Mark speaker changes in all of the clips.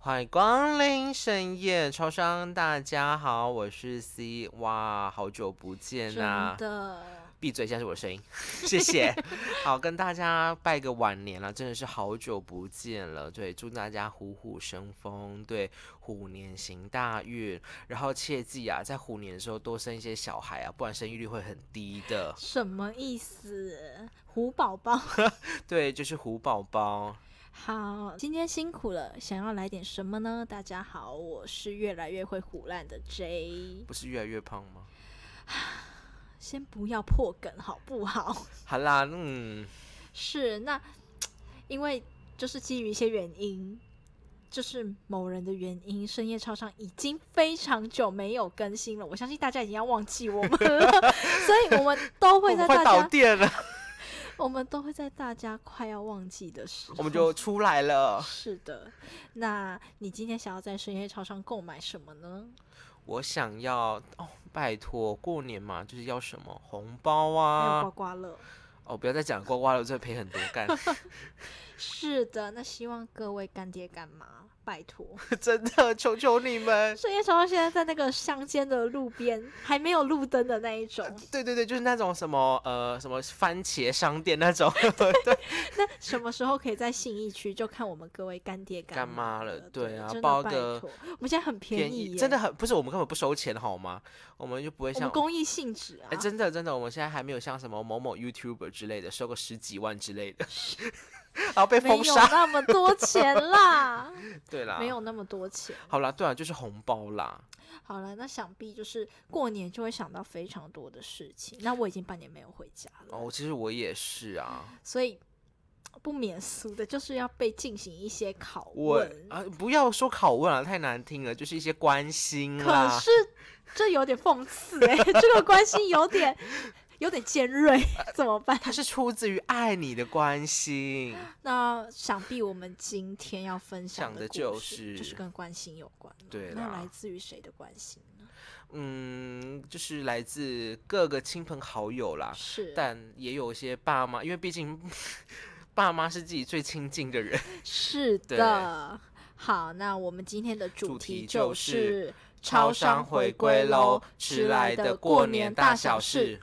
Speaker 1: 欢迎光临深夜超商，大家好，我是 C，哇，好久不见
Speaker 2: 真
Speaker 1: 呐、
Speaker 2: 的，
Speaker 1: 闭嘴，现在是我的声音， 谢谢。好，跟大家拜个晚年了，真的是好久不见了。对，祝大家虎虎生风，对，虎年行大运。然后切记啊，在虎年的时候多生一些小孩啊，不然生育率会很低 的。
Speaker 2: 什么意思？虎宝宝，
Speaker 1: 对，就是虎宝宝。
Speaker 2: 好，今天辛苦了，想要来点什么呢？大家好，我是越来越会胡乱的 J，
Speaker 1: 不是越来越胖吗？
Speaker 2: 先不要破梗好不好？
Speaker 1: 好啦，嗯，
Speaker 2: 是那，因为就是基于一些原因。就是某人的原因，深夜超商已经非常久没有更新了。我相信大家已经要忘记我们了， 所以我们都
Speaker 1: 我
Speaker 2: 会
Speaker 1: 们
Speaker 2: 在
Speaker 1: 快
Speaker 2: 大
Speaker 1: 倒
Speaker 2: 家，
Speaker 1: 店了，
Speaker 2: 我们都会在大家快要忘记的时候，
Speaker 1: 我们就出来了。
Speaker 2: 是的，那你今天想要在深夜超商购买什么呢？
Speaker 1: 我想要哦，拜托，过年嘛，就是要什么红包
Speaker 2: 还有
Speaker 1: 啊
Speaker 2: 刮！刮乐。
Speaker 1: 哦，不要再讲刮刮了，我真的赔很多干。
Speaker 2: 是的，那希望各位干爹干妈，拜托，
Speaker 1: 真的，求求你们！
Speaker 2: 深夜超商现在在那个乡间的路边，还没有路灯的那一 种，
Speaker 1: 对对对，就是那种什么呃什么番茄商店那 种
Speaker 2: 那什么时候可以在信义区就看我们各位干爹
Speaker 1: 干
Speaker 2: 妈
Speaker 1: 妈了
Speaker 2: 了？
Speaker 1: 对啊
Speaker 2: 真
Speaker 1: 包
Speaker 2: 的拜
Speaker 1: 个
Speaker 2: 托，我们现在很
Speaker 1: 便
Speaker 2: 宜
Speaker 1: 宜，
Speaker 2: 耶，
Speaker 1: 真的，很不是我们根本不收钱好吗？我们就不会
Speaker 2: 我们
Speaker 1: 像。
Speaker 2: 公益性质啊
Speaker 1: 哎，，真的真的，我们现在还没有像什么某某 YouTuber 之类的收个十几万之类的，然后被
Speaker 2: 没
Speaker 1: 封
Speaker 2: 有
Speaker 1: 杀。 啊
Speaker 2: 那么多钱啦，
Speaker 1: 对啦，
Speaker 2: 没。有那么多钱。
Speaker 1: 好啦，对啊，就是红包啦。
Speaker 2: 好了，那想必就是过年就会想到非常多的事情。那我已经半年没有回家了，
Speaker 1: 哦，其实我也是啊，
Speaker 2: 所以不免俗的就是要被进行一些拷
Speaker 1: 我
Speaker 2: 问。
Speaker 1: 啊，不要说拷问了，太难听了，就是一些关心
Speaker 2: 可
Speaker 1: 啦。
Speaker 2: 是这有点讽刺哎、 这个关心有点有点尖锐， 怎么办？
Speaker 1: 它是出自于爱你的关心。
Speaker 2: 那想必我们今天要分享
Speaker 1: 讲
Speaker 2: 的
Speaker 1: 的
Speaker 2: 故
Speaker 1: 就
Speaker 2: 事
Speaker 1: 是
Speaker 2: 就是跟关心有关了。
Speaker 1: 对
Speaker 2: 那
Speaker 1: 啦
Speaker 2: 来自于谁的关心呢？
Speaker 1: 嗯，就是来自各个亲朋好友啦，
Speaker 2: 是
Speaker 1: 但也有一些爸妈，因为毕竟 爸妈是自己最亲近的人。
Speaker 2: 是
Speaker 1: 对
Speaker 2: 的。好，那我们今天的主
Speaker 1: 主题
Speaker 2: 题
Speaker 1: 就
Speaker 2: 就是是
Speaker 1: 超
Speaker 2: 超
Speaker 1: 商
Speaker 2: 商
Speaker 1: 回
Speaker 2: 回
Speaker 1: 归
Speaker 2: 归
Speaker 1: 喽
Speaker 2: 喽，，
Speaker 1: 迟
Speaker 2: 迟
Speaker 1: 来
Speaker 2: 来
Speaker 1: 的
Speaker 2: 的
Speaker 1: 过
Speaker 2: 过
Speaker 1: 年
Speaker 2: 年
Speaker 1: 大
Speaker 2: 大
Speaker 1: 小
Speaker 2: 小
Speaker 1: 事
Speaker 2: 事。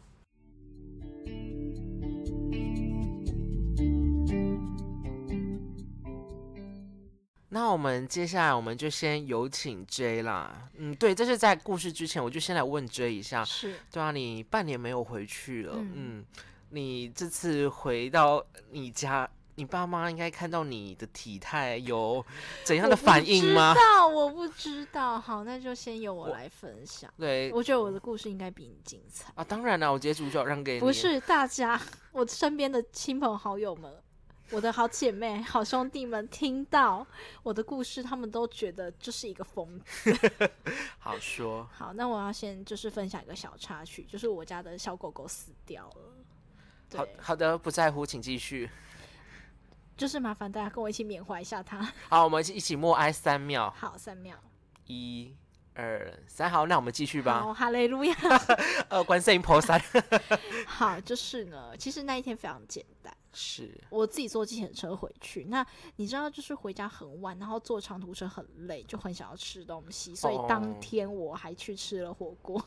Speaker 1: 那我们接下来我们就先有请 J 啦，嗯，对，这是在故事之前，我就先来问 J 一下，
Speaker 2: 是
Speaker 1: 对啊，你半年没有回去了，嗯
Speaker 2: 嗯
Speaker 1: 你这次回到你家，你爸妈应该看到你的体态有怎样的反应吗
Speaker 2: 我不？知道，我不知道。好，那就先由我来分享。
Speaker 1: 对
Speaker 2: 我觉得我的故事应该比你精彩。
Speaker 1: 啊，当然啦，我直接主角让给你，
Speaker 2: 不是大家，我身边的亲朋好友们，我的好姐妹、好兄弟们听到我的故事，他们都觉得这是一个疯子。
Speaker 1: 好说
Speaker 2: 好，那我要先就是分享一个小插曲，就是我家的小狗狗死掉了。
Speaker 1: 好
Speaker 2: 对，
Speaker 1: 好的，不在乎，请继续。
Speaker 2: 就是麻烦大家跟我一起缅怀一下它。
Speaker 1: 好，我们一起默哀三秒，
Speaker 2: 好，三秒。
Speaker 1: 一、二、三。好，那我们继续吧。
Speaker 2: 好，哈雷路亚。
Speaker 1: 呃，观世音菩萨
Speaker 2: 好，就是呢，其实那一天非常简单。
Speaker 1: 是
Speaker 2: 我自己坐计程车回去。那你知道，就是回家很晚，然后坐长途车很累，就很想要吃东西，所以当天我还去吃了火锅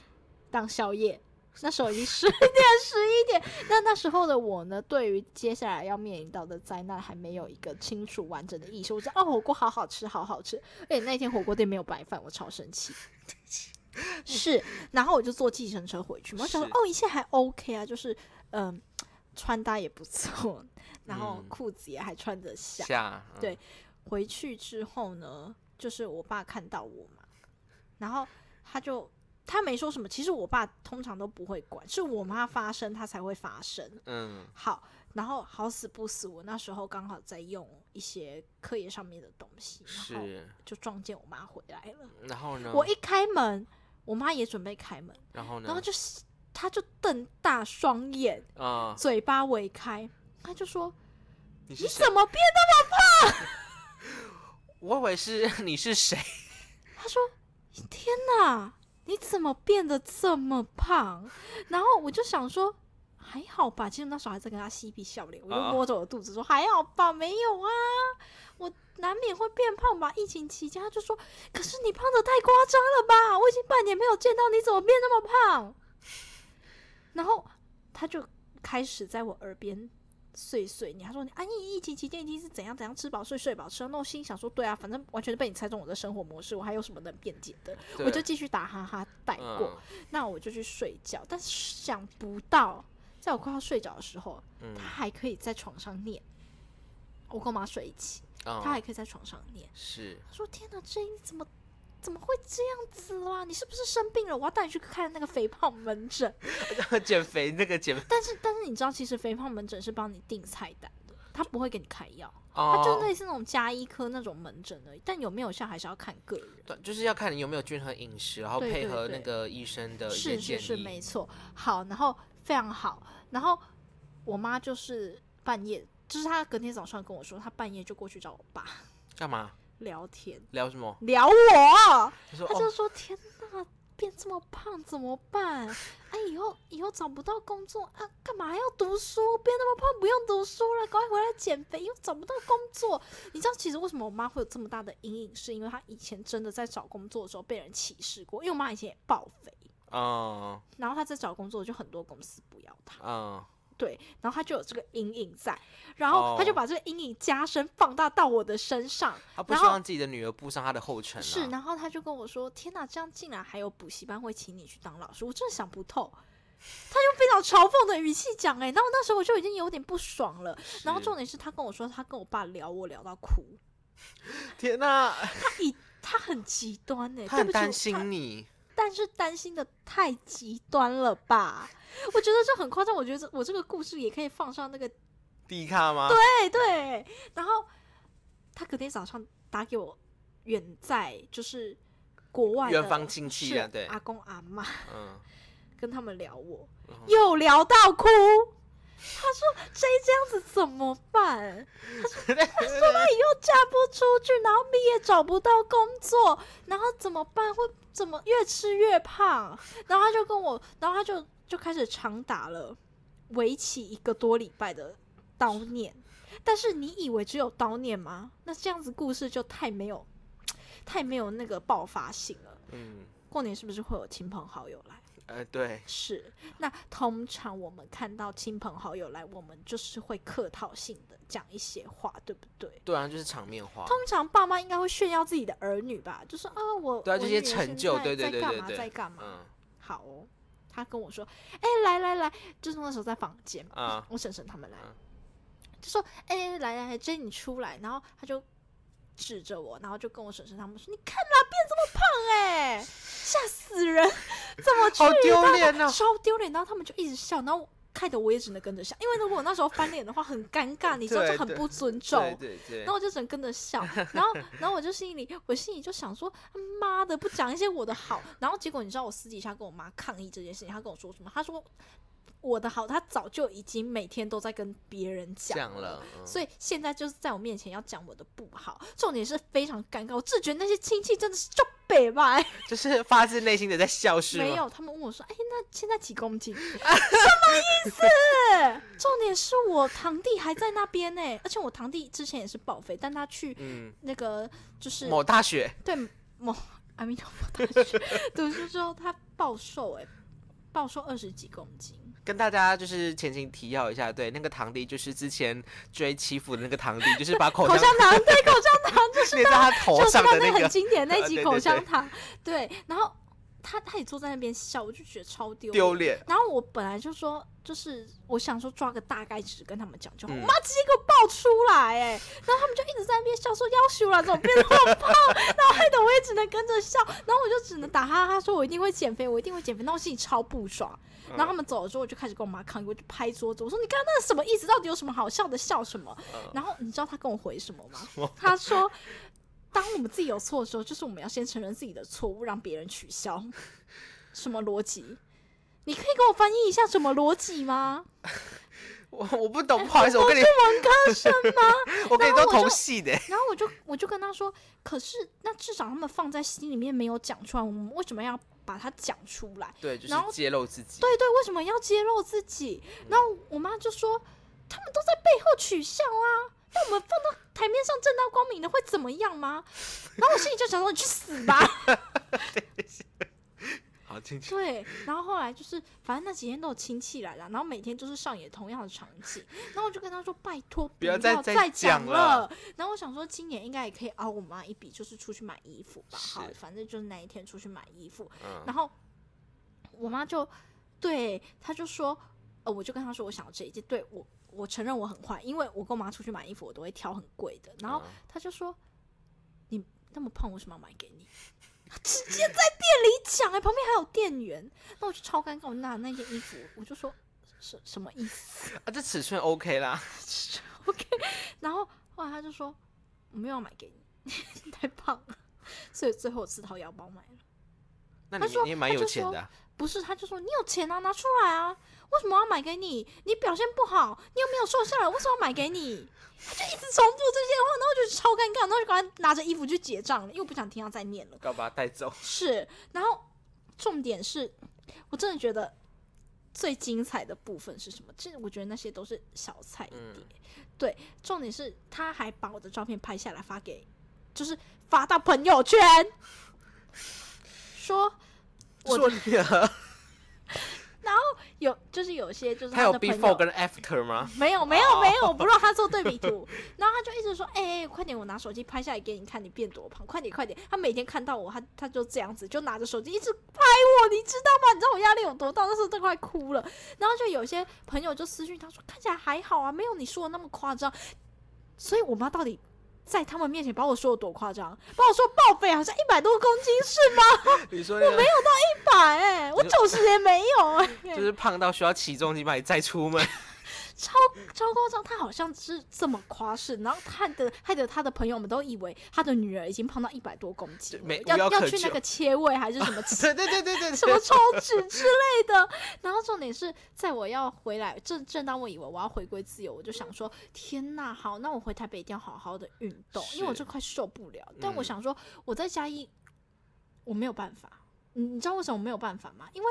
Speaker 2: 当宵夜。那时候已经十点十一点，那那时候的我呢，对于接下来要面临到的灾难还没有一个清楚完整的意识。我知道哦，火锅好好吃，好好吃，而且那天火锅店没有白饭，我超生气。是，然后我就坐计程车回去嘛，我想说
Speaker 1: 是
Speaker 2: 哦，一切还 OK 啊，就是嗯、穿搭也不错， 然后
Speaker 1: 嗯
Speaker 2: 裤子也还穿得下。
Speaker 1: 下、嗯
Speaker 2: 对回去之后呢，就是我爸看到我嘛，然后他就他没说什么，其实我爸通常都不会管，是我妈发生他才会发生。
Speaker 1: 嗯，
Speaker 2: 好，然后好死不死，我那时候刚好在用一些课业上面的东西，然后
Speaker 1: 是。嗯
Speaker 2: 就撞见我妈回来了。
Speaker 1: 然后呢？
Speaker 2: 我一开门，我妈也准备开门，
Speaker 1: 然后呢？
Speaker 2: 然后就是她就瞪大双眼，
Speaker 1: 啊、
Speaker 2: 嘴巴围开，她就说
Speaker 1: 你：“是
Speaker 2: 你
Speaker 1: 谁？
Speaker 2: 怎么变
Speaker 1: 我以为是 你是谁？
Speaker 2: 他说：“天哪，你怎么变得这么胖？”然后我就想说：“啊，还好吧。其实那时候还在跟他嬉皮笑脸，我就
Speaker 1: 啊
Speaker 2: 摸着我肚子说还好吧，没有啊，我难免会变胖吧。疫情期间他就说，可是你胖的太夸张了吧，我已经半年没有见到你，怎么变那么胖？然后他就开始在我耳边碎碎念，他说你啊，你疫情期间一定是怎样怎样吃饱睡睡饱吃，那我心想说对啊，反正完全被你猜中我的生活模式，我还有什么能辩解的？我就
Speaker 1: 对
Speaker 2: 继续打哈哈带过。
Speaker 1: 嗯
Speaker 2: 那我就去睡觉。但是想不到，在我快要睡着的时候，
Speaker 1: 嗯
Speaker 2: 他还可以在床上念。我跟我妈睡一起，
Speaker 1: 嗯
Speaker 2: 他还可以在床上念。
Speaker 1: 是
Speaker 2: 他说：“天哪，这你怎么怎么会这样子啦？你是不是生病了？我要带你去看那个肥胖门诊。
Speaker 1: 减肥那个减”
Speaker 2: 但是，但是你知道，其实肥胖门诊是帮你定菜单的，他不会给你开药，他就
Speaker 1: 哦，
Speaker 2: 类似那种加医科那种门诊而已。但有没有效还是要看个人。
Speaker 1: 对，就是要看你有没有均衡饮食，然后
Speaker 2: 对
Speaker 1: 配
Speaker 2: 对
Speaker 1: 合那
Speaker 2: 对
Speaker 1: 个医生的一些
Speaker 2: 是是
Speaker 1: 建
Speaker 2: 是，
Speaker 1: 议
Speaker 2: 没错。好，然后非常好。然后我妈就是半夜，就是她隔天早上跟我说，她半夜就过去找我爸
Speaker 1: 干嘛
Speaker 2: 聊天，
Speaker 1: 聊什么？
Speaker 2: 聊我。
Speaker 1: 他说
Speaker 2: 她就
Speaker 1: 哦，
Speaker 2: 说：“天哪，变这么胖怎么办？哎，以后以后找不到工作啊，干嘛还要读书？变那么胖不用读书了，赶快回来减肥，又找不到工作。你知道其实为什么我妈会有这么大的阴影，是因为她以前真的在找工作的时候被人歧视过，因为我妈以前也爆肥。”
Speaker 1: 嗯
Speaker 2: 然后他在找工作，就很多公司不要他，
Speaker 1: 嗯，
Speaker 2: 对，然后他就有这个阴影在，然后他就
Speaker 1: 哦
Speaker 2: 把这个阴影加深放大到我的身上，
Speaker 1: 他不
Speaker 2: 然
Speaker 1: 希
Speaker 2: 后
Speaker 1: 望自己的女儿步上他的后尘
Speaker 2: 是，
Speaker 1: 啊。
Speaker 2: 然后他就跟我说：“天哪，这样竟然还有补习班会请你去当老师，我真的想不透。”他用非常嘲讽的语气讲、欸，哎，然后那时候我就已经有点不爽了。然后
Speaker 1: 是
Speaker 2: 重点是他跟我说，他跟我爸聊我聊到哭，
Speaker 1: 天哪，
Speaker 2: 他以他很极端哎、欸，
Speaker 1: 他
Speaker 2: 哎对
Speaker 1: 很
Speaker 2: 不起
Speaker 1: 担
Speaker 2: 我他
Speaker 1: 心你，
Speaker 2: 但是担心的太极端了吧？ 我觉得这很夸张，我觉得这我这个故事也可以放上那个，
Speaker 1: 低卡吗？
Speaker 2: 对对。然后他隔天早上打给我，远在就是国外的
Speaker 1: 远方亲戚
Speaker 2: 是
Speaker 1: 啊对
Speaker 2: 阿公阿妈
Speaker 1: 嗯，
Speaker 2: 跟他们聊我，
Speaker 1: 然后
Speaker 2: 又聊到哭。他说：“这这样子怎么办？他以后嫁不出去，然后毕业找不到工作，然后怎么办？会怎么越吃越胖？然后他就跟我，然后他就就开始长打了为期一个多礼拜的叨念。但是你以为只有叨念吗？那这样子故事就太没有，太没有那个爆发性了。
Speaker 1: 嗯，
Speaker 2: 过年是不是会有亲朋好友来？
Speaker 1: 呃，对，
Speaker 2: 是，那通常我们看到亲朋好友来，我们就是会客套性的讲一些话，对不对？
Speaker 1: 对啊，就是场面话。
Speaker 2: 通常爸妈应该会炫耀自己的儿女吧，就说啊，我
Speaker 1: 对啊
Speaker 2: 我
Speaker 1: 这
Speaker 2: 女
Speaker 1: 些
Speaker 2: 儿
Speaker 1: 成
Speaker 2: 现
Speaker 1: 就
Speaker 2: 在
Speaker 1: 对对对对
Speaker 2: 在干嘛
Speaker 1: 对
Speaker 2: 在干嘛？
Speaker 1: 嗯
Speaker 2: 好哦，他跟我说，哎、来来来，就是那时候在房间，
Speaker 1: 啊，
Speaker 2: 我婶婶他们来
Speaker 1: 嗯，
Speaker 2: 就说，哎、来来来，追你出来，然后他就指着我，然后就跟我婶婶他们说，你看啦，变这么胖 哎、吓死人，怎么去
Speaker 1: 好丢脸啊呐！
Speaker 2: 超丢脸，然后他们就一直笑，然后害得我也只能跟着笑，因为如果我那时候翻脸的话，很尴尬，你知道
Speaker 1: 对
Speaker 2: 就很
Speaker 1: 对
Speaker 2: 不尊重。
Speaker 1: 对对对
Speaker 2: 然，后我就只能跟着笑，然后然后我就心里，我心里就想说，妈的，不讲一些我的好，然后结果你知道我私底下跟我妈抗议这件事情，她跟我说什么？她说我的好，她早就已经每天都在跟别人
Speaker 1: 这样
Speaker 2: 讲了。
Speaker 1: 了，嗯
Speaker 2: 所以现在就是在我面前要讲我的不好，重点是非常尴尬。我自觉得那些亲戚真的是就北吧，哎
Speaker 1: 就是发自内心的在笑，是
Speaker 2: 没
Speaker 1: 吗？
Speaker 2: 有，他们问我说：“哎、那现在几公 斤？”什么意思？重点是我堂弟还在那边呢、而且我堂弟之前也是报废，但他去
Speaker 1: 嗯，
Speaker 2: 那个就是
Speaker 1: 某大学
Speaker 2: 对某阿弥陀佛大学读书之后，他暴瘦哎、暴瘦二十几公斤。
Speaker 1: 跟大家就是前情提要一下，对，那个堂弟就是之前追欺负的那个堂弟，就是把口
Speaker 2: 口香糖，对，口香 糖就是
Speaker 1: 粘在他头
Speaker 2: 就是
Speaker 1: 上
Speaker 2: 他
Speaker 1: 的
Speaker 2: 那
Speaker 1: 那
Speaker 2: 很
Speaker 1: 个，
Speaker 2: 经典那
Speaker 1: 啊
Speaker 2: 集
Speaker 1: 对
Speaker 2: 口
Speaker 1: 对
Speaker 2: 香
Speaker 1: 对
Speaker 2: 糖，对，然后他他也坐在那边笑，我就觉得超丢
Speaker 1: 丢
Speaker 2: 脸
Speaker 1: 脸。
Speaker 2: 然后我本来就说，就是我想说抓个大概值跟他们讲就好，
Speaker 1: 嗯
Speaker 2: 我妈直接给我爆出来哎、然后他们就一直在那边笑说要求了，怎么变那么胖？然后害得我也只能跟着笑，然后我就只能打哈哈说我一定会减肥，我一定会减肥，那我心里超不爽。然后他们走了之后，我就开始跟我妈抗议，我就拍桌子，我说你刚刚那是什么意思？到底有什么好笑的？笑什么？
Speaker 1: 嗯
Speaker 2: 然后你知道他跟我回什么吗？ 他说。当我们自己有错的时候，就是我们要先承认自己的错误，让别人取消。什么逻辑？你可以给我翻译一下什么逻辑吗？
Speaker 1: 我我不懂，不 好意思，我跟你
Speaker 2: 文科生吗？
Speaker 1: 我跟你
Speaker 2: 然
Speaker 1: 都
Speaker 2: 后我
Speaker 1: 同
Speaker 2: 就
Speaker 1: 系的，
Speaker 2: 然后我就我就跟他说，可是那至少他们放在心里面没有讲出来，我们为什么要把把它讲出来。
Speaker 1: 对，就
Speaker 2: 然后
Speaker 1: 是揭露自己。
Speaker 2: 对对，为什么要揭露自己？
Speaker 1: 嗯
Speaker 2: 然后我妈就说，他们都在背后取笑啊，那我们放到台面上正大光明的会怎么 样吗？然后我心里就想说，你去死吧。
Speaker 1: 好，进去。
Speaker 2: 对，然后后来就是，反正那几天都有亲戚来了，然后每天就是上演同样的场景，然后我就跟他说：“拜托，不
Speaker 1: 要再再
Speaker 2: 再
Speaker 1: 讲
Speaker 2: 了。”然后我想说，今年应该也可以熬我妈一笔，就是出去买衣服吧。好
Speaker 1: 是，
Speaker 2: 反正就是那一天出去买衣服，
Speaker 1: 嗯
Speaker 2: 然后我妈就对，她就说：“呃，我就跟她说我想要这一件，对我我承认我很坏，因为我跟我妈出去买衣服，我都会挑很贵的。”然后
Speaker 1: 嗯
Speaker 2: 她就说：“你那么胖，为什么要买给你？” 直接在店里讲哎、旁边还有店员，那我就超尴尬，我拿那件衣服，我就说什什么意思
Speaker 1: 啊，这尺寸 OK 啦。
Speaker 2: ？OK，然后后来他就说我没有要买给你， 你太胖了， 所以最后我自掏腰包买了。
Speaker 1: 那
Speaker 2: 他
Speaker 1: 你
Speaker 2: 说
Speaker 1: 你也蛮
Speaker 2: 他
Speaker 1: 有
Speaker 2: 就
Speaker 1: 钱
Speaker 2: 说
Speaker 1: 的啊、
Speaker 2: 不是，他就说你有钱啊，拿出来啊，为什么要买给你？你表现不好，你又没有瘦下来，为什么要买给你？他就一直重复这些话，然后我就超尴尬，然后就赶快拿着衣服去结账了，因为我不想听他再念了。
Speaker 1: 要把他带走。
Speaker 2: 是，然后重点是，我真的觉得最精彩的部分是什么？其实我觉得那些都是小菜一碟。对，重点是他还把我的照片拍下来发给，就是发到朋友圈，说我
Speaker 1: 做女儿，
Speaker 2: 有就是有些就是
Speaker 1: 他
Speaker 2: 的
Speaker 1: 有
Speaker 2: 朋
Speaker 1: before
Speaker 2: 友。
Speaker 1: 跟 after 吗？
Speaker 2: 没有没有没有，我不让他做对比图，然后他就一直说：“哎、哎快点，我拿手机拍下来给你看，你变多胖，快点快点！”他每天看到我，他他就这样子，就拿着手机一直拍我，你知道吗？你知道我压力有多大？那时候都快哭了。然后就有些朋友就私讯他说：“看起来还好啊，没有你说的那么夸张。”所以我妈到底在他们面前把我说有多夸张？把我说报废啊好像一百多公斤是
Speaker 1: 你说我没
Speaker 2: 吧？哎、我九十也没有哎、
Speaker 1: 就是胖到需要起重机把你载出 门。
Speaker 2: 超超夸张，他好像是这么夸饰，然后害得害得他的朋友们都以为他的女儿已经胖到一百多公
Speaker 1: 对
Speaker 2: 斤了
Speaker 1: 没无
Speaker 2: 要
Speaker 1: 药
Speaker 2: 要
Speaker 1: 可
Speaker 2: 去那
Speaker 1: 救
Speaker 2: 个切胃还是什么
Speaker 1: 对对对对对
Speaker 2: 什
Speaker 1: 对
Speaker 2: 么。抽脂之类的。然后重点是在我要回来，正正当我以为我要回归自由，我就想说，天呐，好，那我回台北一定要好好的运动，因为我
Speaker 1: 是
Speaker 2: 这快受不了。但我
Speaker 1: 嗯
Speaker 2: 想说，我在嘉义，我没有办法。你你知道为什么我没有办法吗？因为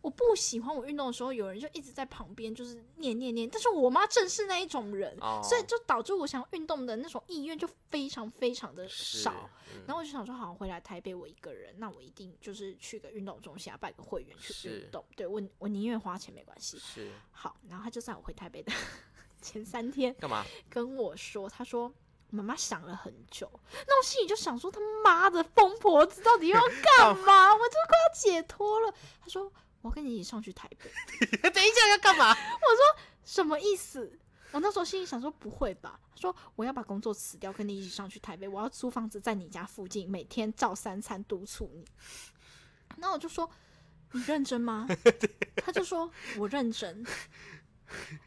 Speaker 2: 我不喜欢我运动的时候有人就一直在旁边就是念念念，但是我妈正是那一种人，
Speaker 1: 哦
Speaker 2: 所以就导致我想要运动的那种意愿就非常非常的
Speaker 1: 是
Speaker 2: 少。
Speaker 1: 嗯
Speaker 2: 然后我就想说，好，回来台北我一个人，那我一定就是去个运动中心啊，办个会员去
Speaker 1: 是
Speaker 2: 运动。对我，我宁愿花钱没关系。
Speaker 1: 是
Speaker 2: 好，然后他就在我回台北的 前三天
Speaker 1: 干 嘛？
Speaker 2: 跟我说，他说妈妈想了很久。那我心里就想说，他妈的疯婆子到底又要干嘛？ 我就快要解脱了。他说我要跟你一起上去台北，
Speaker 1: 等一下要干嘛？
Speaker 2: 什么意思？我那时候心里想说，不会吧？他说我要把工作辞掉，跟你一起上去台北，我要租房子在你家附近，每天照三餐督促你。那我就说，你认 真吗？他就说我认真。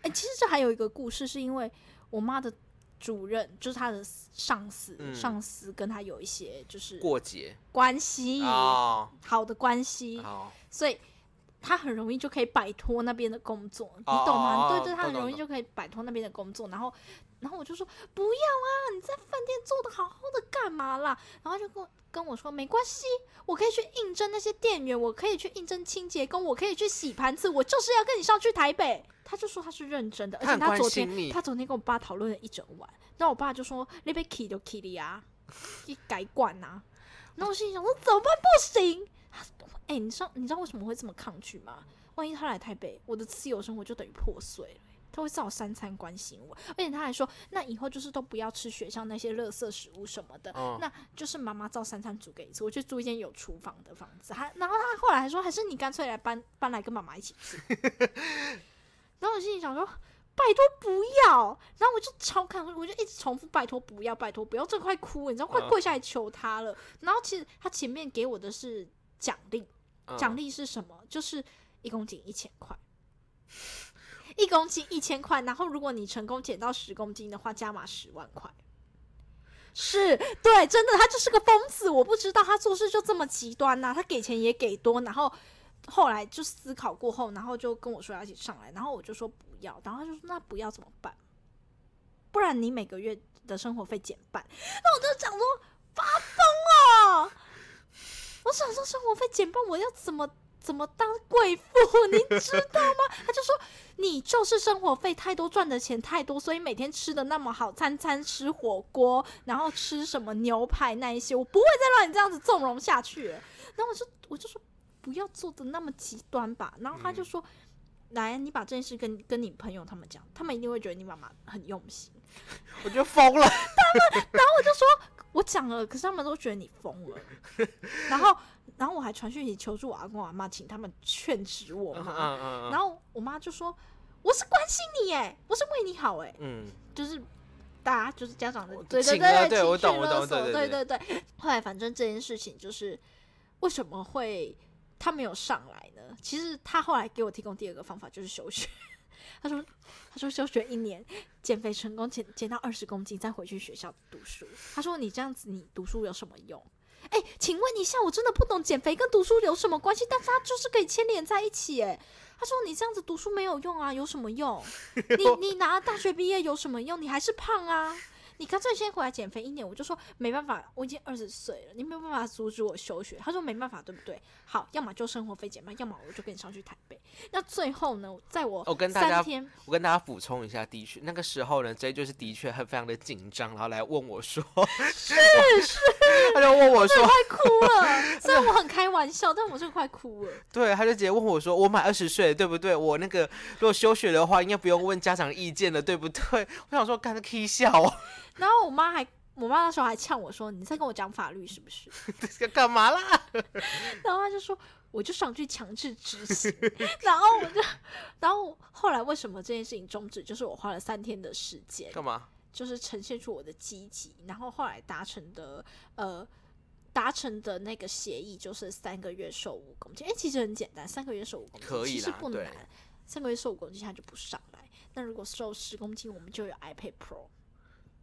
Speaker 2: 哎、其实这还有一个故事，是因为我妈的主任，就是她的上司，
Speaker 1: 嗯
Speaker 2: 上司跟她有一些就是
Speaker 1: 过节
Speaker 2: 关系，
Speaker 1: 哦，
Speaker 2: 好的关系，
Speaker 1: 好，
Speaker 2: 所以他很容易就可以摆脱那边的工作，你
Speaker 1: 哦
Speaker 2: 懂
Speaker 1: 哦
Speaker 2: 吗？
Speaker 1: 哦
Speaker 2: 对对，他
Speaker 1: 懂
Speaker 2: 很
Speaker 1: 懂
Speaker 2: 容易
Speaker 1: 懂
Speaker 2: 就可以摆脱那边的工作，然后。然后我就说不要啊，你在饭店做的好好的干嘛啦？然后他就跟我跟我说没关系，我可以去应征那些店员，我可以去应征清洁工，我可以去洗盘子，我就是要跟你上去台北。他就说他是认真的，而
Speaker 1: 他
Speaker 2: 且
Speaker 1: 很
Speaker 2: 他
Speaker 1: 关
Speaker 2: 昨
Speaker 1: 心
Speaker 2: 天
Speaker 1: 你
Speaker 2: 他昨天跟我爸讨论了一整晚，那我爸就说你被 k 就 k 了啊，一改管啊。然后我心里想说怎么办不行？哎、你知道你知道为什么会这么抗拒吗？万一他来台北，我的自由生活就等于破碎了欸、他会照三餐关心我，而且他还说，那以后就是都不要吃学校那些垃圾食物什么的，
Speaker 1: 嗯
Speaker 2: 那就是妈妈照三餐煮给你吃。我去租一间有厨房的房子，还然后他后来还说，还是你干脆来搬搬来跟妈妈一起 住。然后我心里想说，拜托不要，然后我就超看，我就一直重复拜托不要，拜托不要，这快哭了，你知道快
Speaker 1: 嗯
Speaker 2: 跪下来求他了。然后其实他前面给我的是奖励，
Speaker 1: 嗯
Speaker 2: 奖励是什么？就是一公斤一千块， 一公斤一千块。然后如果你成功减到十公斤的话，加码十万块。是对，真的，他就是个疯子。我不知道他做事就这么极端呐、他给钱也给多，然后后来就思考过后，然后就跟我说要一起上来，然后我就说不要，然后他就说那不要怎么办？不然你每个月的生活费减半。那我就想说发疯哦，我想说生活费减半，我要怎么怎么当贵妇， 你知道吗？他就说你就是生活费太多，赚的钱太多，所以每天吃的那么好，餐餐吃火锅，然后吃什么牛排那一些，我不会再让你这样子纵容下去了。然后我就我就说不要做的那么极端吧。然后他就说。来，你把这件事跟跟你朋友他们讲，他们一定会觉得你妈妈很用心。
Speaker 1: 我就疯了。
Speaker 2: 然后我就说，我讲了，可是他们都觉得你疯了。然后，然后我还传讯息求助我阿公阿妈，请他们劝止我
Speaker 1: 嗯
Speaker 2: 妈。
Speaker 1: 嗯嗯
Speaker 2: 然后我妈就说：“我是关心你，哎，我是为你好，哎，
Speaker 1: 嗯，
Speaker 2: 就是大家就是家长的
Speaker 1: 我
Speaker 2: 对对
Speaker 1: 请了
Speaker 2: 对
Speaker 1: 对我
Speaker 2: 情
Speaker 1: 懂
Speaker 2: 绪
Speaker 1: 我懂
Speaker 2: 勒索，
Speaker 1: 对
Speaker 2: 对
Speaker 1: 对
Speaker 2: 对对。后来反正这件事情就是为什么会他没有上来呢？其实他后来给我提供第二个方法，就是休学。 他说：“他说休学一年，减肥成功减减到二十公斤，再回去学校读书。”他说：“你这样子，你读书有什么用？”哎，请问一下，我真的不懂减肥跟读书有什么关系，但是它就是可以牵连在一起。哎，他说你这样子读书没有用啊，有什么用？你 你拿了大学毕业有什么用？你还是胖啊！你干脆先回来减肥一年。我就说没办法，我已经二十岁了，你没有办法阻止我休学。他说没办法，对不对？好，要么就生活费减半，要么我就跟你上去台北。那最后呢，在我
Speaker 1: 我哦跟大家
Speaker 2: 三天，
Speaker 1: 我跟大家补充一下，的确那个时候呢，J 就是的确很非常的紧张，然后来问我说， 他就问我说，
Speaker 2: 快哭了。虽然我很开玩笑，但我是快哭了。
Speaker 1: 对，他就直接问我说，我满二十岁了对不对？我那个如果休学的话，应该不用问家长意见了对不对？ 我想说，干个 K 笑哦，
Speaker 2: 然后我妈还，我妈那时候还呛我说：“你在跟我讲法律是不是？”
Speaker 1: 这个干嘛啦？
Speaker 2: 然后他就说，我就上去强制执行。 然后我就，然后后来为什么这件事情终止？就是我花了三天的时间，
Speaker 1: 干嘛？
Speaker 2: 就是呈现出我的积极，然后后来达成的呃。达成的那个协议就是三个月瘦五公斤，哎、其实很简单，三个月瘦五公斤，
Speaker 1: 可以
Speaker 2: 其实
Speaker 1: 啦
Speaker 2: 不
Speaker 1: 对
Speaker 2: 难。三个月瘦五公斤，他就不上来。那如果瘦十公斤，我们就有 iPad Pro。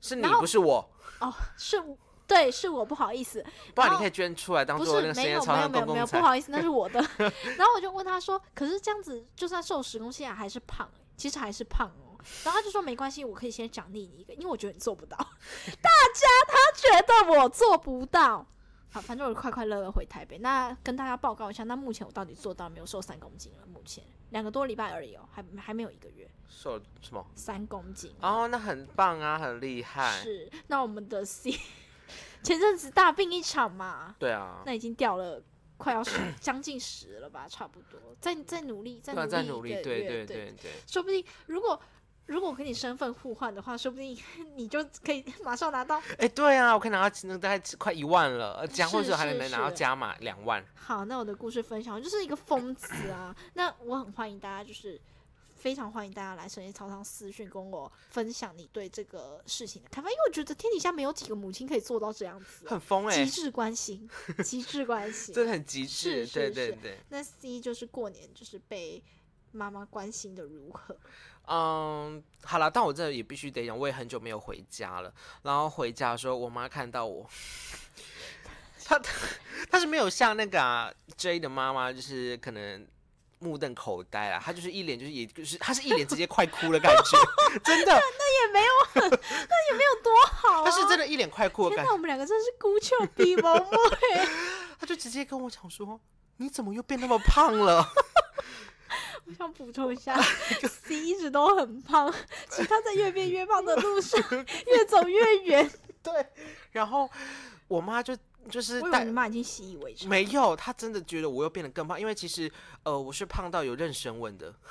Speaker 1: 是你
Speaker 2: 然后
Speaker 1: 不是我，
Speaker 2: 哦，是我，对，是我不好意思，
Speaker 1: 不然
Speaker 2: 然
Speaker 1: 你
Speaker 2: 后
Speaker 1: 可以捐出来当
Speaker 2: 不
Speaker 1: 做那
Speaker 2: 是
Speaker 1: 个实
Speaker 2: 没
Speaker 1: 验
Speaker 2: 有
Speaker 1: 操
Speaker 2: 没有
Speaker 1: 上
Speaker 2: 没有
Speaker 1: 公
Speaker 2: 没有，
Speaker 1: 共
Speaker 2: 不
Speaker 1: 餐。
Speaker 2: 好意思，那是 我的。然后我就问他说：“可是这样子，就算瘦十公斤啊，还是胖、欸，其实还是胖哦。”然后他就说：“没关系，我可以先奖励你一个，因为我觉得你做不到。” 大家他觉得我做不到。好，反正我快快乐乐回台北。那跟大家报告一下，那目前我到底做到没有瘦三公斤了？目前两个多礼拜而已哦，还还没有一个月，
Speaker 1: 瘦什么？
Speaker 2: 三公斤。
Speaker 1: 哦，那很棒啊，很厉害。
Speaker 2: 是。那我们的 C 前阵子大病一场嘛，
Speaker 1: 对啊，
Speaker 2: 那已经掉了快 要十将近十了吧，差不多。再再努力，再
Speaker 1: 对
Speaker 2: 努
Speaker 1: 啊，
Speaker 2: 力，
Speaker 1: 在努力，
Speaker 2: 对
Speaker 1: 对
Speaker 2: 对。
Speaker 1: 对对。
Speaker 2: 说不定如果如果我跟你身份互换的话，说不定 你就可以 马上拿到。
Speaker 1: 哎，对啊，我可以拿到那大概快一万了，呃加或
Speaker 2: 是
Speaker 1: 者还
Speaker 2: 是
Speaker 1: 能拿到
Speaker 2: 是
Speaker 1: 加码两万。
Speaker 2: 好，那我的故事分享我就是一个疯子啊。那我很欢迎大家，就是非常欢迎大家来深夜操场私讯跟我分享你对这个事情的看法，因为我觉得天底下没有几个母亲可以做到这样子啊、
Speaker 1: 很疯哎、
Speaker 2: 极致关心，极致关 心，
Speaker 1: 真的很极致，
Speaker 2: 是
Speaker 1: 对
Speaker 2: 是
Speaker 1: 对
Speaker 2: 是
Speaker 1: 对，
Speaker 2: 那 C 就是过年就是被妈妈关心的如何？
Speaker 1: 嗯，好了，但我这也必须得讲，我也很久没有回家了。然后回家的时候，我妈看到我，她她她是没有像那个、啊、J 的妈妈，就是可能目瞪口呆啦，她就是一脸就是也就是她是一脸直接快哭的感 觉，真的，
Speaker 2: 好、啊，
Speaker 1: 她是真的一脸快哭的
Speaker 2: 天
Speaker 1: 感
Speaker 2: 哪，
Speaker 1: 觉，
Speaker 2: 我们两个真是孤丘 比伯母。
Speaker 1: 她就直接跟我讲说。你怎么又变那么胖了？
Speaker 2: 我想补充一 下，C 一直都很胖，其实他在越变越胖的 路上越走越远。
Speaker 1: 对，然后我妈就就是
Speaker 2: 我以
Speaker 1: 带
Speaker 2: 为你妈已经习以为常，
Speaker 1: 没有，他真的觉得我又变得更胖，因为其实呃我是胖到有妊娠纹的。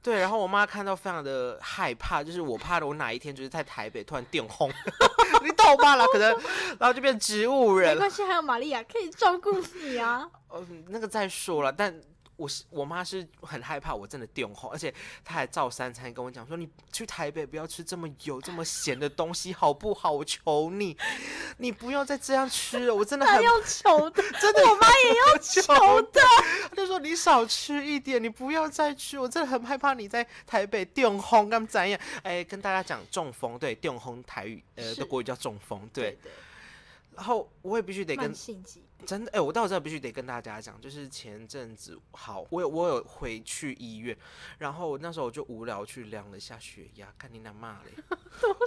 Speaker 1: 对，然后我妈看到非常的害怕，就是我怕我哪一天就是在台北突然电轰， 你懂吧啦？可能然后就变植物
Speaker 2: 没
Speaker 1: 人，
Speaker 2: 关系，还有玛利亚可以照顾 你啊。
Speaker 1: 嗯，那个再说了，但。我是我妈是很害怕我真的电红，而且她还照三餐跟我讲说：“你去台北不要吃这么油、这么咸的东西，好不好？我求你，你不要再这样吃了，我真的
Speaker 2: 她
Speaker 1: 很
Speaker 2: 要求的，
Speaker 1: 真哎的，我妈也要
Speaker 2: 求
Speaker 1: 的。她就说你少吃一点，你不要再吃，我真的很害怕你在台北电轰干怎样？哎，跟大家讲中风，对，电轰台语呃
Speaker 2: 是
Speaker 1: 的国语叫中风，对。
Speaker 2: 对
Speaker 1: 然后我也必须得
Speaker 2: 对，慢
Speaker 1: 跟
Speaker 2: 性疾病。
Speaker 1: 真的，哎、我到这必须得跟大家讲，就是前阵子好，我有我有回去医院，然后那时候我就无聊去量了一下血压，看你俩骂 嘞，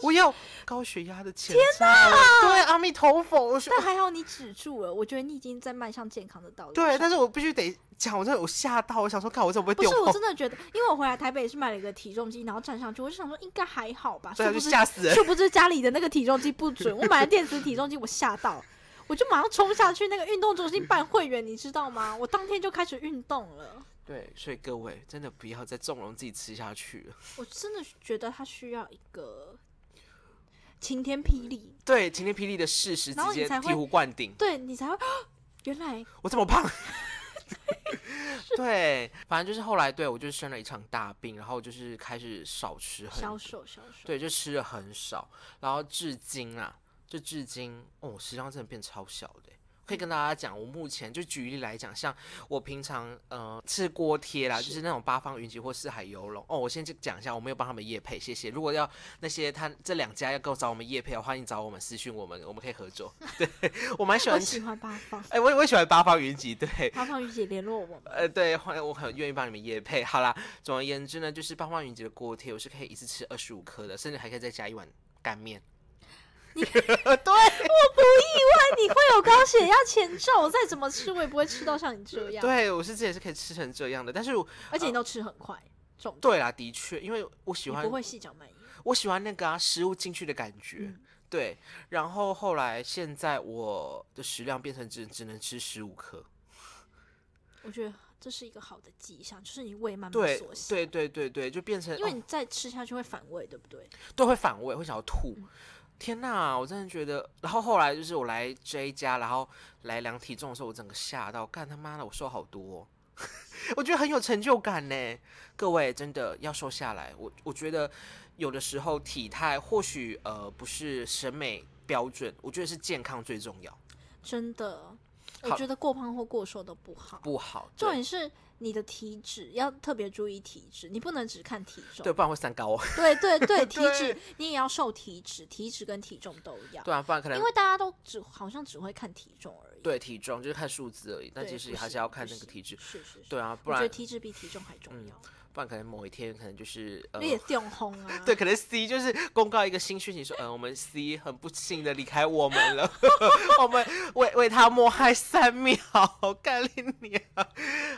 Speaker 1: 我有高血压的前兆了，对，阿弥陀佛，我说
Speaker 2: 但还好你止住了，我觉得你已经在迈向健康的道路上。
Speaker 1: 对，但是我必须得讲，我真的有吓到，我想说，看我怎么 会
Speaker 2: 不
Speaker 1: 丢
Speaker 2: 是，我
Speaker 1: 风，
Speaker 2: 真的觉得，因为我回来台北也是买了一个体重机，然后站上去，我就想说应该还好吧，
Speaker 1: 对
Speaker 2: 殊
Speaker 1: 啊，
Speaker 2: 不
Speaker 1: 就
Speaker 2: 知
Speaker 1: 吓死人。
Speaker 2: 殊不知家里的那个体重机不准，我买了电子体重机，我吓到，我就马上冲下去那个运动中心办会员，你知道吗？ 我当天就开始运动了。
Speaker 1: 对，所以各位真的不要再纵容自己吃下去了。
Speaker 2: 我真的觉得它需要一个晴天霹雳，
Speaker 1: 对，晴天霹雳的事实
Speaker 2: 然后
Speaker 1: 直
Speaker 2: 你
Speaker 1: 接
Speaker 2: 才
Speaker 1: 醍
Speaker 2: 会
Speaker 1: 醐灌顶。
Speaker 2: 对你才会 原来
Speaker 1: 我这么胖。对，反正就是后来对我就生了一场大病，然后就是开始少吃很，
Speaker 2: 销售销售。
Speaker 1: 对，就吃了很少，然后至今啊，就至今哦，我食量真的变超小的欸。可以跟大家讲，我目前就举例来讲，像我平常呃吃锅贴啦，就是
Speaker 2: 是
Speaker 1: 那种八方云集或四海游龙哦。我先去讲一下，我没有帮他们夜配，谢谢。如果要那些他这两家要够找我们夜配的话，欢迎找我们私讯我们，我们可以合作。对我蛮喜
Speaker 2: 我
Speaker 1: 欢，
Speaker 2: 喜欢八 方，
Speaker 1: 哎、我也我也喜欢八方云集，对，
Speaker 2: 八方雨姐联络我们，
Speaker 1: 呃， 对，欢迎，我很愿意帮你们夜配。好啦，总而言之呢，就是八方云集的锅贴，我是可以一次吃二十五颗的，甚至还可以再加一碗干面。
Speaker 2: 但你会有高血压前兆，我再怎么吃我也不会吃到像你这样，
Speaker 1: 对，我是之前是可以吃成这样的，但是我
Speaker 2: 而且你都吃很快，重
Speaker 1: 对啦，的确，因为我喜
Speaker 2: 你
Speaker 1: 欢
Speaker 2: 不会细嚼慢咽。
Speaker 1: 我喜欢那个啊食物进去的感觉。
Speaker 2: 嗯
Speaker 1: 对，然后后来现在我的食量变成只只能吃十五颗。
Speaker 2: 嗯我觉得这是一个好的迹象，就是你胃慢慢
Speaker 1: 对
Speaker 2: 缩，小，
Speaker 1: 对，对，对，对，就变成
Speaker 2: 因为
Speaker 1: 哦
Speaker 2: 你再吃下去会反胃，对不对？
Speaker 1: 都会反胃，会想要吐。
Speaker 2: 嗯
Speaker 1: 天呐，我真的觉得，然后后来就是我来 J 家，然后来量体重的时候，我整个吓到，干他妈的，我瘦好多哦、 我觉得很有成就感呢。各位真的要瘦下来，我我觉得有的时候体态或许呃不是审美标准，我觉得是健康最重要，
Speaker 2: 真的，我
Speaker 1: 好
Speaker 2: 觉得过胖或过瘦都不好。
Speaker 1: 不好
Speaker 2: 重
Speaker 1: 对
Speaker 2: 点是你的体脂要特别注意体脂，你不能只看体重
Speaker 1: 对，。不然会三高哦。
Speaker 2: 对对 对，体
Speaker 1: 对
Speaker 2: 脂你也要瘦体脂，体脂跟体重都要，
Speaker 1: 对啊，不然可能
Speaker 2: 因为大家都只好像只会看体重而已。
Speaker 1: 对体重就是看数字而已，但
Speaker 2: 对
Speaker 1: 其实
Speaker 2: 不
Speaker 1: 还是
Speaker 2: 行
Speaker 1: 要
Speaker 2: 不
Speaker 1: 看那个
Speaker 2: 行
Speaker 1: 体质。
Speaker 2: 是是是，
Speaker 1: 对啊，不
Speaker 2: 我觉得
Speaker 1: 然嗯
Speaker 2: 体脂比体重还重要，
Speaker 1: 不然可能某一天可能就是呃
Speaker 2: 那也掉轰啊。
Speaker 1: 对，可能 C 就是公告一个新讯息说，嗯，我们 C 很不幸的离开我们了， 我们为为他默哀三秒，干你娘！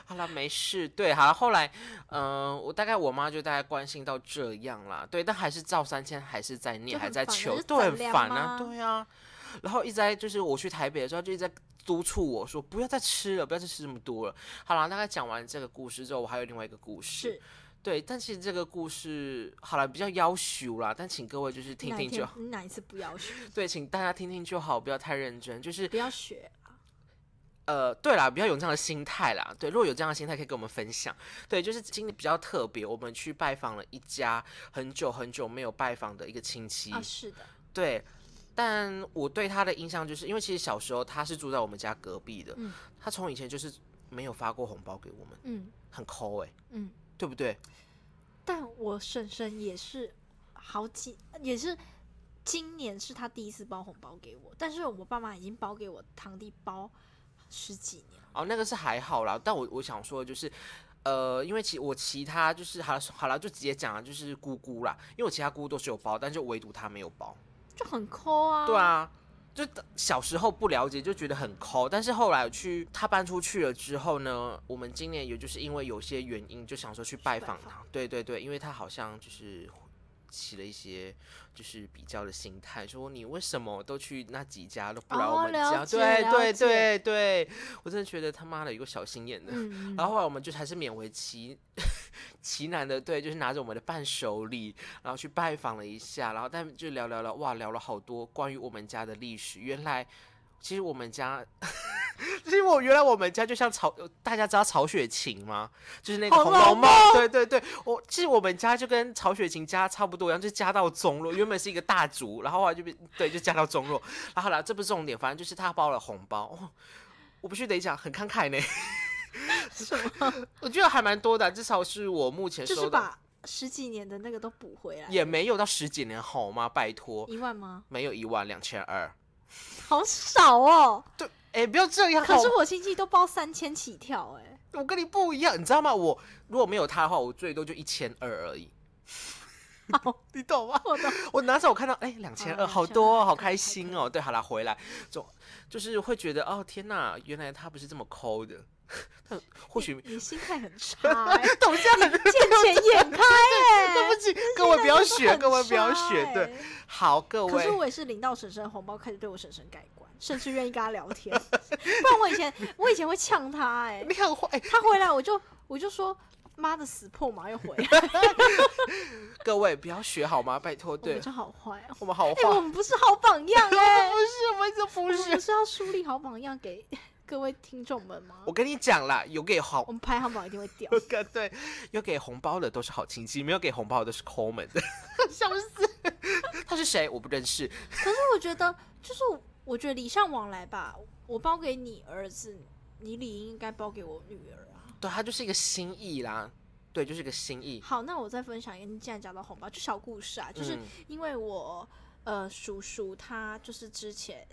Speaker 1: 好了，没事，对，好了，后来，嗯、我大概我妈就大概关心到这样啦，对，但还是赵三千还是在念，
Speaker 2: 就
Speaker 1: 还
Speaker 2: 很
Speaker 1: 在
Speaker 2: 烦啊
Speaker 1: 求
Speaker 2: 就，
Speaker 1: 对，很
Speaker 2: 怎样
Speaker 1: 烦啊，
Speaker 2: 吗
Speaker 1: 对啊，然后一直在就是我去台北的时候，她就一直在督促我说不要再吃了，不要再吃这么多了。好啦，大概讲完这个故事之后，我还有另外一个故事
Speaker 2: 是。
Speaker 1: 对，但其实这个故事好了，比较要求啦，但请各位就是
Speaker 2: 你
Speaker 1: 听
Speaker 2: 哪一
Speaker 1: 听就
Speaker 2: 天
Speaker 1: 好。
Speaker 2: 你哪一次不要学，
Speaker 1: 对，请大家听听就好，不要太认真。就是
Speaker 2: 不要学
Speaker 1: 呃，对啦，不要有这样的心态啦。对，如果有这样的心态，可以跟我们分享。对，就是今天比较特别，我们去拜访了一家很久很久没有拜访的一个亲戚。
Speaker 2: 啊！是的，
Speaker 1: 对，但我对他的印象就是，因为其实小时候他是住在我们家隔壁的，
Speaker 2: 嗯
Speaker 1: 他从以前就是没有发过红包给我们，
Speaker 2: 嗯
Speaker 1: 很抠哎、
Speaker 2: 嗯。
Speaker 1: 对不对？
Speaker 2: 但我婶婶也是好几，也是今年是她第一次包红包给我，但是我爸妈已经包给我堂弟包十几年了。
Speaker 1: 哦，那个是还好啦，但我我想说的就是，呃，因为其我其他就是好了好了，就直接讲了，就是姑姑啦，因为我其他姑姑都是有包，但就唯独她没有包。
Speaker 2: 就很抠啊！
Speaker 1: 对，啊，就小时候不了解，就觉得很抠。但是后来去他搬出去了之后呢，我们今年也就是因为有些原因，就想说去拜访
Speaker 2: 去拜
Speaker 1: 他。对对对，因为他好像就是起了一些就是比较的心态，说你为什么都去那几家都不来我
Speaker 2: 哦
Speaker 1: 们
Speaker 2: 了
Speaker 1: 家？
Speaker 2: 解
Speaker 1: 对
Speaker 2: 了
Speaker 1: 对
Speaker 2: 解
Speaker 1: 对对，我真的觉得他妈的有个小心眼的。
Speaker 2: 嗯，
Speaker 1: 然后后来我们就还是勉为其 其难的，对，就是拿着我们的伴手礼，然后去拜访了一下，然后但就聊聊聊，哇，聊了好多关于我们家的历史。原来其实我们家， 其实我原来我们家就像曹，大家知道曹雪芹吗？就是那个《
Speaker 2: 红
Speaker 1: 红
Speaker 2: 楼
Speaker 1: 楼梦》。对对对，我其实我们家就跟曹雪芹家差不多一样，就家道中落。原本是一个大族，然后后来就变对，就家道中落。然后啦，这不是重点，反正就是他包了红包。哦我必须得讲，很慷慨呢。
Speaker 2: 什 么？
Speaker 1: 我觉得还蛮多的，啊至少是我目前
Speaker 2: 嗯就是
Speaker 1: 收到，
Speaker 2: 把十几年的那个都补回来，嗯
Speaker 1: 也没有到十几年好吗？拜托，
Speaker 2: 一万吗？
Speaker 1: 没有一万两千二，
Speaker 2: 好少哦。
Speaker 1: 对，哎、不要这样。
Speaker 2: 可是
Speaker 1: 好
Speaker 2: 我亲戚都包三千起跳、哎，
Speaker 1: 我跟你不一样，你知道吗？我如果没有他的话，我最多就一千二而已。你懂吗？
Speaker 2: 我懂
Speaker 1: 我拿走，我看到哎，两千
Speaker 2: 好
Speaker 1: 二，
Speaker 2: 啦
Speaker 1: 好
Speaker 2: 2200
Speaker 1: 多哦，好
Speaker 2: 可以
Speaker 1: 开心哦。对，好啦，回来总就是会觉得哦，天哪，原来他不是这么抠的。他或 许
Speaker 2: 你心态很 差、哎
Speaker 1: 等一下很
Speaker 2: 见钱眼 开、哎，
Speaker 1: 对不起，各位不要学，各位不要
Speaker 2: 真的
Speaker 1: 学
Speaker 2: 很。差
Speaker 1: 对，
Speaker 2: 哎
Speaker 1: 好，各
Speaker 2: 可
Speaker 1: 位
Speaker 2: 是，我也是领到婶婶的红包，开始对我婶婶改观，甚至愿意跟她聊天。 不然我以前我以前会呛她、哎，
Speaker 1: 你很坏。哎
Speaker 2: 她回来我就我就说妈的死破马又回来，
Speaker 1: 各位不要学好吗？拜托，
Speaker 2: 我们
Speaker 1: 对
Speaker 2: 就好坏哦。
Speaker 1: 我们好
Speaker 2: 哎、我
Speaker 1: 坏。
Speaker 2: 们不是好榜样哎、
Speaker 1: 不 是，我们这
Speaker 2: 我
Speaker 1: 不
Speaker 2: 们不
Speaker 1: 是。
Speaker 2: 是要树立好榜样给 各位听众们吗
Speaker 1: 我？跟你讲啦，有给好
Speaker 2: 我们排行榜一定会掉。
Speaker 1: 个对，有给红包的都是好亲戚，没有给红包的都是抠门 的， 笑死。他是谁？我不认识。
Speaker 2: 可是我觉得，就是我觉得礼尚往来吧，我包给你儿子，你理应该包给我女儿啊。
Speaker 1: 对，他就是一个心意啦，对，就是一个心意。
Speaker 2: 好，那我再分享一个，你既然讲到红包，就小故事啊，就是
Speaker 1: 嗯
Speaker 2: 因为我、呃叔叔他就是之前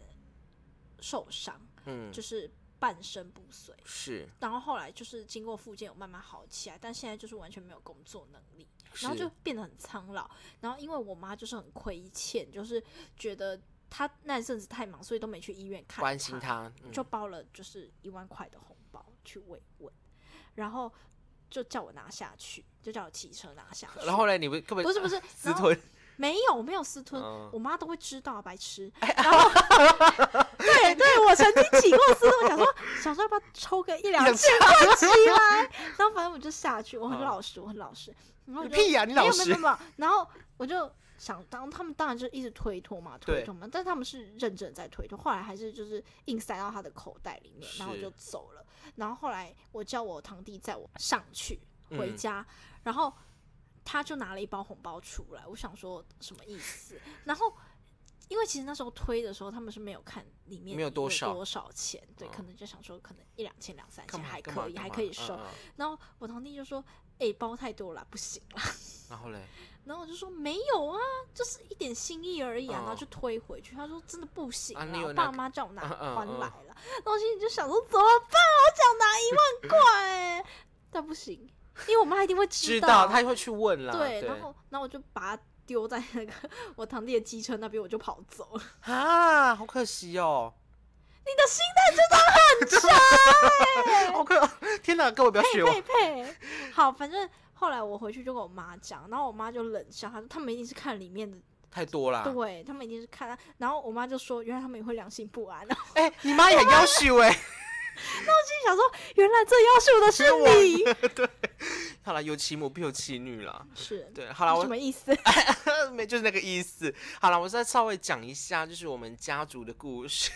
Speaker 2: 受伤，
Speaker 1: 嗯，
Speaker 2: 就是半身不遂，
Speaker 1: 是，
Speaker 2: 然后后来就是经过复健有慢慢好起来，但现在就是完全没有工作能力，然后
Speaker 1: 是
Speaker 2: 就变得很苍老。然后因为我妈就是很亏欠，就是觉得她那一阵子太忙，所以都没去医院看
Speaker 1: 关心他，嗯
Speaker 2: 就包了就是一万块的红包去慰问，然后就叫我拿下去，就叫我骑车拿下去。
Speaker 1: 然后呢，你们根本
Speaker 2: 不是 不
Speaker 1: 是
Speaker 2: 是，
Speaker 1: 私
Speaker 2: 然后
Speaker 1: 吞，
Speaker 2: 没有我没有私吞，
Speaker 1: 嗯哎
Speaker 2: 我妈都会知道 白痴。然后对对，我曾经起过私吞，我想说想说要不要抽个一两
Speaker 1: 两
Speaker 2: 千块起来，然后反正我就下去，我很
Speaker 1: 嗯
Speaker 2: 老实，我很老实，然后我
Speaker 1: 你
Speaker 2: 就
Speaker 1: 屁呀，你
Speaker 2: 没
Speaker 1: 老
Speaker 2: 有没有没
Speaker 1: 实
Speaker 2: 有，没有，然后我就想当他们当然就一直推脱嘛，推
Speaker 1: 对
Speaker 2: 脱嘛，但他们是认真在推脱，后来还是就是硬塞到他的口袋里面，然后我
Speaker 1: 是
Speaker 2: 就走了。然后后来我叫我堂弟载我上去回
Speaker 1: 嗯
Speaker 2: 家，然后他就拿了一包红包出来，我想说什么意思？然后。因为其实那时候推的时候，他们是没有看里面
Speaker 1: 没有多少嗯
Speaker 2: 多少钱，对，可能就想说可能一两千、两三千
Speaker 1: 干嘛
Speaker 2: 还
Speaker 1: 干嘛
Speaker 2: 可以，
Speaker 1: 干
Speaker 2: 还
Speaker 1: 嘛
Speaker 2: 可以
Speaker 1: 嗯
Speaker 2: 收。
Speaker 1: 嗯
Speaker 2: 然后我堂弟就说：“哎、包太多了，不行啦。”
Speaker 1: 然后嘞，
Speaker 2: 然后我就说没有啊，就是一点心意而已
Speaker 1: 哦
Speaker 2: 啊，然后就推回去。他说真的不行
Speaker 1: 啊你
Speaker 2: 我
Speaker 1: 有
Speaker 2: 爸
Speaker 1: 拿
Speaker 2: 妈叫我拿
Speaker 1: 嗯嗯
Speaker 2: 还
Speaker 1: 嗯
Speaker 2: 来了。然后我心里就想说怎么办？我想拿一万块欸、但不行，因为我妈一定会
Speaker 1: 知
Speaker 2: 道。
Speaker 1: 道他会去问啦，
Speaker 2: 对，
Speaker 1: 对，
Speaker 2: 然后然后我就把它丢在那个我堂弟的机车那边，我就跑走了。
Speaker 1: 啊，好可惜哦，
Speaker 2: 你的心
Speaker 1: 好可， 天哪，各位不要学我，
Speaker 2: 佩佩，好，反正后来我回去就跟我妈讲，然后我妈就冷笑，她说他们一定是看里面的，
Speaker 1: 太多啦。
Speaker 2: 对他们一定是看，啊然后我妈就说原来他们也会良心不安。
Speaker 1: 哎，你妈也很要求哎。
Speaker 2: 心想说，原来最优秀的 是你，
Speaker 1: 好了，有其母必有其女啦。
Speaker 2: 是
Speaker 1: 对，好了，我
Speaker 2: 什么 意思？
Speaker 1: 没就是那个意思。好了，我再稍微讲一下，就是我们家族的故事。！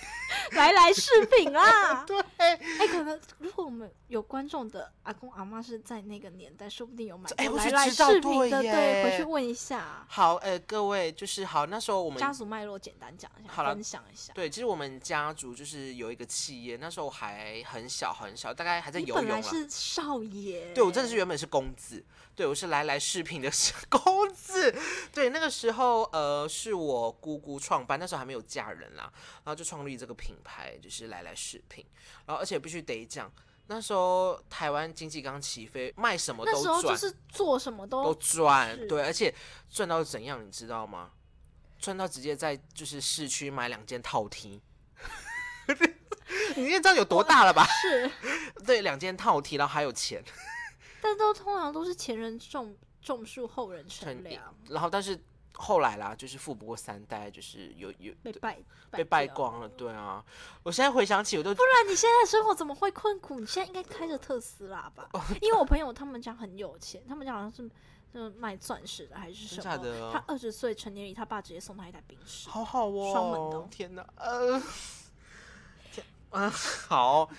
Speaker 2: 来来饰品啦
Speaker 1: 对，
Speaker 2: 哎，可能如果我们有观众的阿公阿妈是在那个年代，说不定有买
Speaker 1: 哎
Speaker 2: 过
Speaker 1: 我
Speaker 2: 来
Speaker 1: 去
Speaker 2: 来
Speaker 1: 知道
Speaker 2: 饰品的，
Speaker 1: 对耶
Speaker 2: 对，回去问一下。
Speaker 1: 好，呃，各位就是好，那时候我们
Speaker 2: 家族脉络简单讲一下，
Speaker 1: 好啦
Speaker 2: 分享一下。
Speaker 1: 对，其实我们家族就是有一个企业，那时候我还很小很小，大概还在
Speaker 2: 你
Speaker 1: 游
Speaker 2: 本
Speaker 1: 泳
Speaker 2: 来
Speaker 1: 啦。
Speaker 2: 是少爷，
Speaker 1: 对我真的是原本是公子，对我是来来饰品的 公子。对，那个时候呃是我姑姑创办，那时候还没有嫁人啦，然后就创立这个品牌，就是来来饰品。然后而且必须得讲，那时候台湾经济刚起飞，卖什么
Speaker 2: 那
Speaker 1: 都
Speaker 2: 时候
Speaker 1: 赚
Speaker 2: 就。是做什么
Speaker 1: 都
Speaker 2: 都是
Speaker 1: 赚，对，而且赚到怎样，你知道吗？赚到直接在就是市区买两件套 T，你也知道有多大了吧？
Speaker 2: 是，
Speaker 1: 对，两件套 T，然后还有钱，
Speaker 2: 但都通常都是前人种种树，后人乘凉，
Speaker 1: 然后但是后来啦，就是富不过三代，就是有有
Speaker 2: 被败
Speaker 1: 被败
Speaker 2: 掉
Speaker 1: 光了，对啊。我现在回想起，我都
Speaker 2: 不然你现在生活怎么会困苦？你现在应该开着特斯拉吧？
Speaker 1: 哦
Speaker 2: 因为我朋友他们家很有钱，他们家好像是就是卖钻石的还是什
Speaker 1: 真假
Speaker 2: 么。
Speaker 1: 的哦
Speaker 2: 他二十岁成年礼，他爸直接送他一台宾士。
Speaker 1: 好好
Speaker 2: 双门的哦
Speaker 1: 哦，天哪，呃， 天啊，好，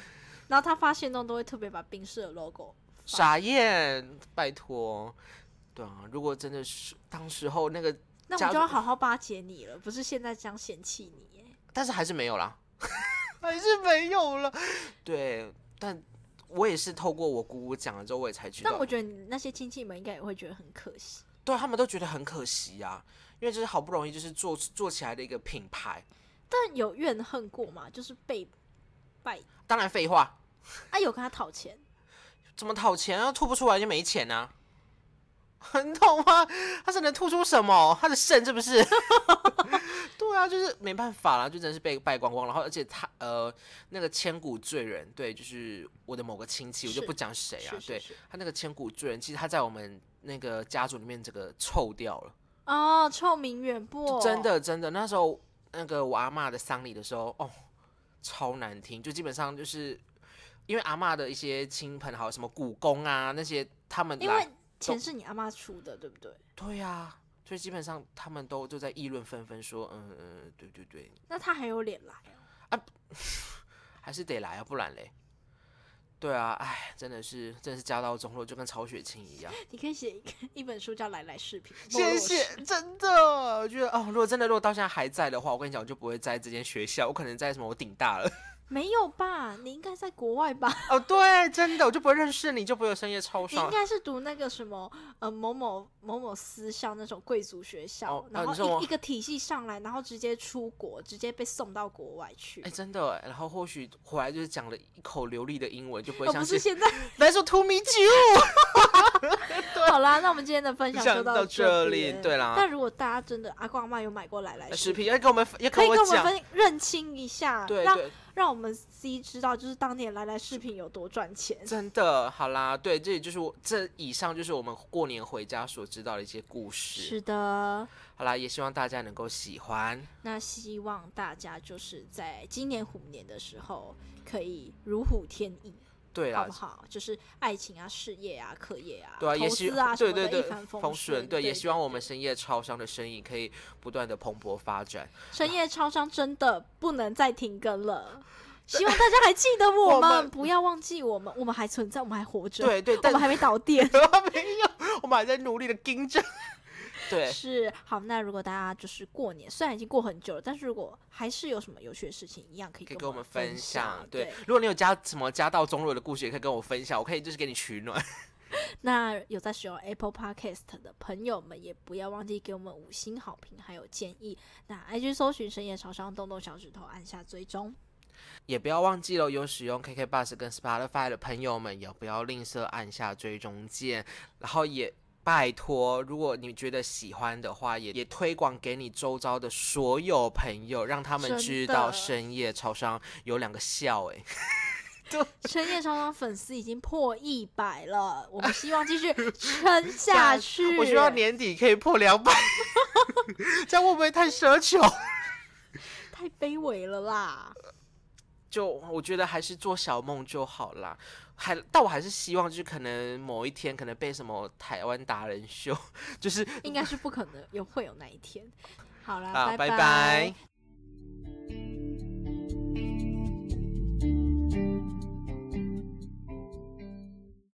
Speaker 2: 然后他发现动都会特别把宾士的 logo 放
Speaker 1: 傻眼，拜托。对啊，如果真的是当时候那个
Speaker 2: 那
Speaker 1: 假
Speaker 2: 我
Speaker 1: 如
Speaker 2: 就要好好巴结你了，不是现在这样嫌弃你耶。
Speaker 1: 但是还是没有啦， 还是没有了。对，但我也是透过我姑姑讲了之后，我也才知
Speaker 2: 但
Speaker 1: 道
Speaker 2: 我，觉得你那些亲戚们应该也会觉得很可惜。
Speaker 1: 啊对他们都觉得很可惜啊，因为这是好不容易就是做做起来的一个品牌，
Speaker 2: 但有怨恨过嘛？就是被拜
Speaker 1: 当然废话，
Speaker 2: 啊，有跟他讨钱，
Speaker 1: 怎么讨钱啊？吐不出来就没钱啊。 很懂吗？他是能吐出什么？他的肾是不是？ 对啊，就是没办法啦，就真的是被败光光。然后，而且他呃，那个千古罪人，对，就是我的某个亲戚，我
Speaker 2: 是
Speaker 1: 就不讲谁啊。
Speaker 2: 是是
Speaker 1: 对
Speaker 2: 是
Speaker 1: 他那个千古罪人，其实他在我们那个家族里面这个臭掉了，
Speaker 2: 哦，臭名远播，
Speaker 1: 真的真的。那时候那个我阿嬷的丧礼的时候，哦，超难听，就基本上就是因为阿嬷的一些亲朋好友，什么股公啊那些，他们
Speaker 2: 因
Speaker 1: 来
Speaker 2: 为钱是你阿妈出的，对不对？
Speaker 1: 对呀、所以基本上他们都就在议论纷纷说，嗯嗯，对对对，
Speaker 2: 那他还有脸来哦？
Speaker 1: 还是得来啊，不然嘞。对啊，哎，真的是，真的是家道中落，就跟曹雪芹一样。
Speaker 2: 你可以写一个一本书叫《来来视频》，
Speaker 1: 谢谢， 真的，我觉得哦，如果真的如果到现在还在的话，我跟你讲，我就不会在这间学校，我可能在什么我顶大了。
Speaker 2: 没有吧？你应该在国外 吧？
Speaker 1: 哦，对，真的，我就不会认识你，就不会有深夜超
Speaker 2: 你应
Speaker 1: 爽。
Speaker 2: 该是读那个什么呃某某某某私校那种贵族学校，
Speaker 1: 哦
Speaker 2: 然
Speaker 1: 呃你说
Speaker 2: 后一、
Speaker 1: 我
Speaker 2: 一个体系上来，然后直接出国，直接被送到国 外去。
Speaker 1: 哎，真的，然后或许回来就是讲了一口流利的英文，就不会
Speaker 2: 而、
Speaker 1: 像
Speaker 2: 哦不是现在。
Speaker 1: 来说 to meet you。
Speaker 2: 好啦，那我们今天的分享
Speaker 1: 想
Speaker 2: 就
Speaker 1: 到
Speaker 2: 这
Speaker 1: 这里
Speaker 2: 边
Speaker 1: 对啦
Speaker 2: 但如果大家真的阿公阿妈有买过来来
Speaker 1: 视
Speaker 2: 食品，
Speaker 1: 频要跟我们，要
Speaker 2: 可以跟我们
Speaker 1: 讲，
Speaker 2: 分认清一下，
Speaker 1: 对
Speaker 2: 让
Speaker 1: 对，
Speaker 2: 让我们 C 知道，就是当年来来视频有多赚钱。
Speaker 1: 真的，好啦，对，这也就是我这以上就是我们过年回家所知道的一些故事。
Speaker 2: 是的，
Speaker 1: 好啦，也希望大家能够喜欢。
Speaker 2: 那希望大家就是在今年虎年的时候，可以如虎添翼，
Speaker 1: 对
Speaker 2: 好
Speaker 1: 啦
Speaker 2: 不，好？就是爱情啊、事业啊、课业啊、
Speaker 1: 对啊，
Speaker 2: 投
Speaker 1: 也希
Speaker 2: 资啊什
Speaker 1: 对
Speaker 2: 么的，
Speaker 1: 对对
Speaker 2: 一帆
Speaker 1: 风
Speaker 2: 顺。
Speaker 1: 对，
Speaker 2: 对，
Speaker 1: 也希望我们
Speaker 2: 对
Speaker 1: 深夜超商的生意可以不断的蓬勃发展。
Speaker 2: 深夜超商真的不能再停更了。希望大家还记得我
Speaker 1: 我
Speaker 2: 们，
Speaker 1: 们
Speaker 2: 不要忘记我们，我们还存在，我们还活着，
Speaker 1: 对对，
Speaker 2: 我
Speaker 1: 但
Speaker 2: 们还没倒电。
Speaker 1: 没有，我们还在努力的盯 着。对，
Speaker 2: 是好，那如果大家就是过年，虽然已经过很久了，但是如果还是有什么有趣的事情，一样可以
Speaker 1: 可以
Speaker 2: 跟
Speaker 1: 跟我
Speaker 2: 们
Speaker 1: 们分
Speaker 2: 享
Speaker 1: 享。。对，如果你有家什么家道中落的故事，也可以跟我分享，我可以就是给你取暖。
Speaker 2: 那有在使用 Apple Podcast 的朋友们，也不要忘记给我们五星好评还有建议。那 IG 搜寻深夜超商，动动小指头按下追踪。
Speaker 1: 也不要忘记了，有使用 KK Bus 跟 Spotify 的朋友们，也不要吝啬按下追踪键，然后也。拜托，如果你觉得喜欢的话，也也推广给你周遭的所有朋友，让他们
Speaker 2: 真
Speaker 1: 知
Speaker 2: 的
Speaker 1: 道深夜超商有两个笑哎、
Speaker 2: 深夜超商粉丝已经破一百了，我们希望继续撑下 去。
Speaker 1: 我希望年底可以破两百， 这样会不会太奢求？
Speaker 2: 太卑微了啦。
Speaker 1: 就我觉得还是做小梦就好啦。还，但我还是希望，就是可能某一天，可能被什么台湾达人秀，就是
Speaker 2: 应该是不可能有会有那一天。好啦，
Speaker 1: 啊，
Speaker 2: 拜
Speaker 1: 拜拜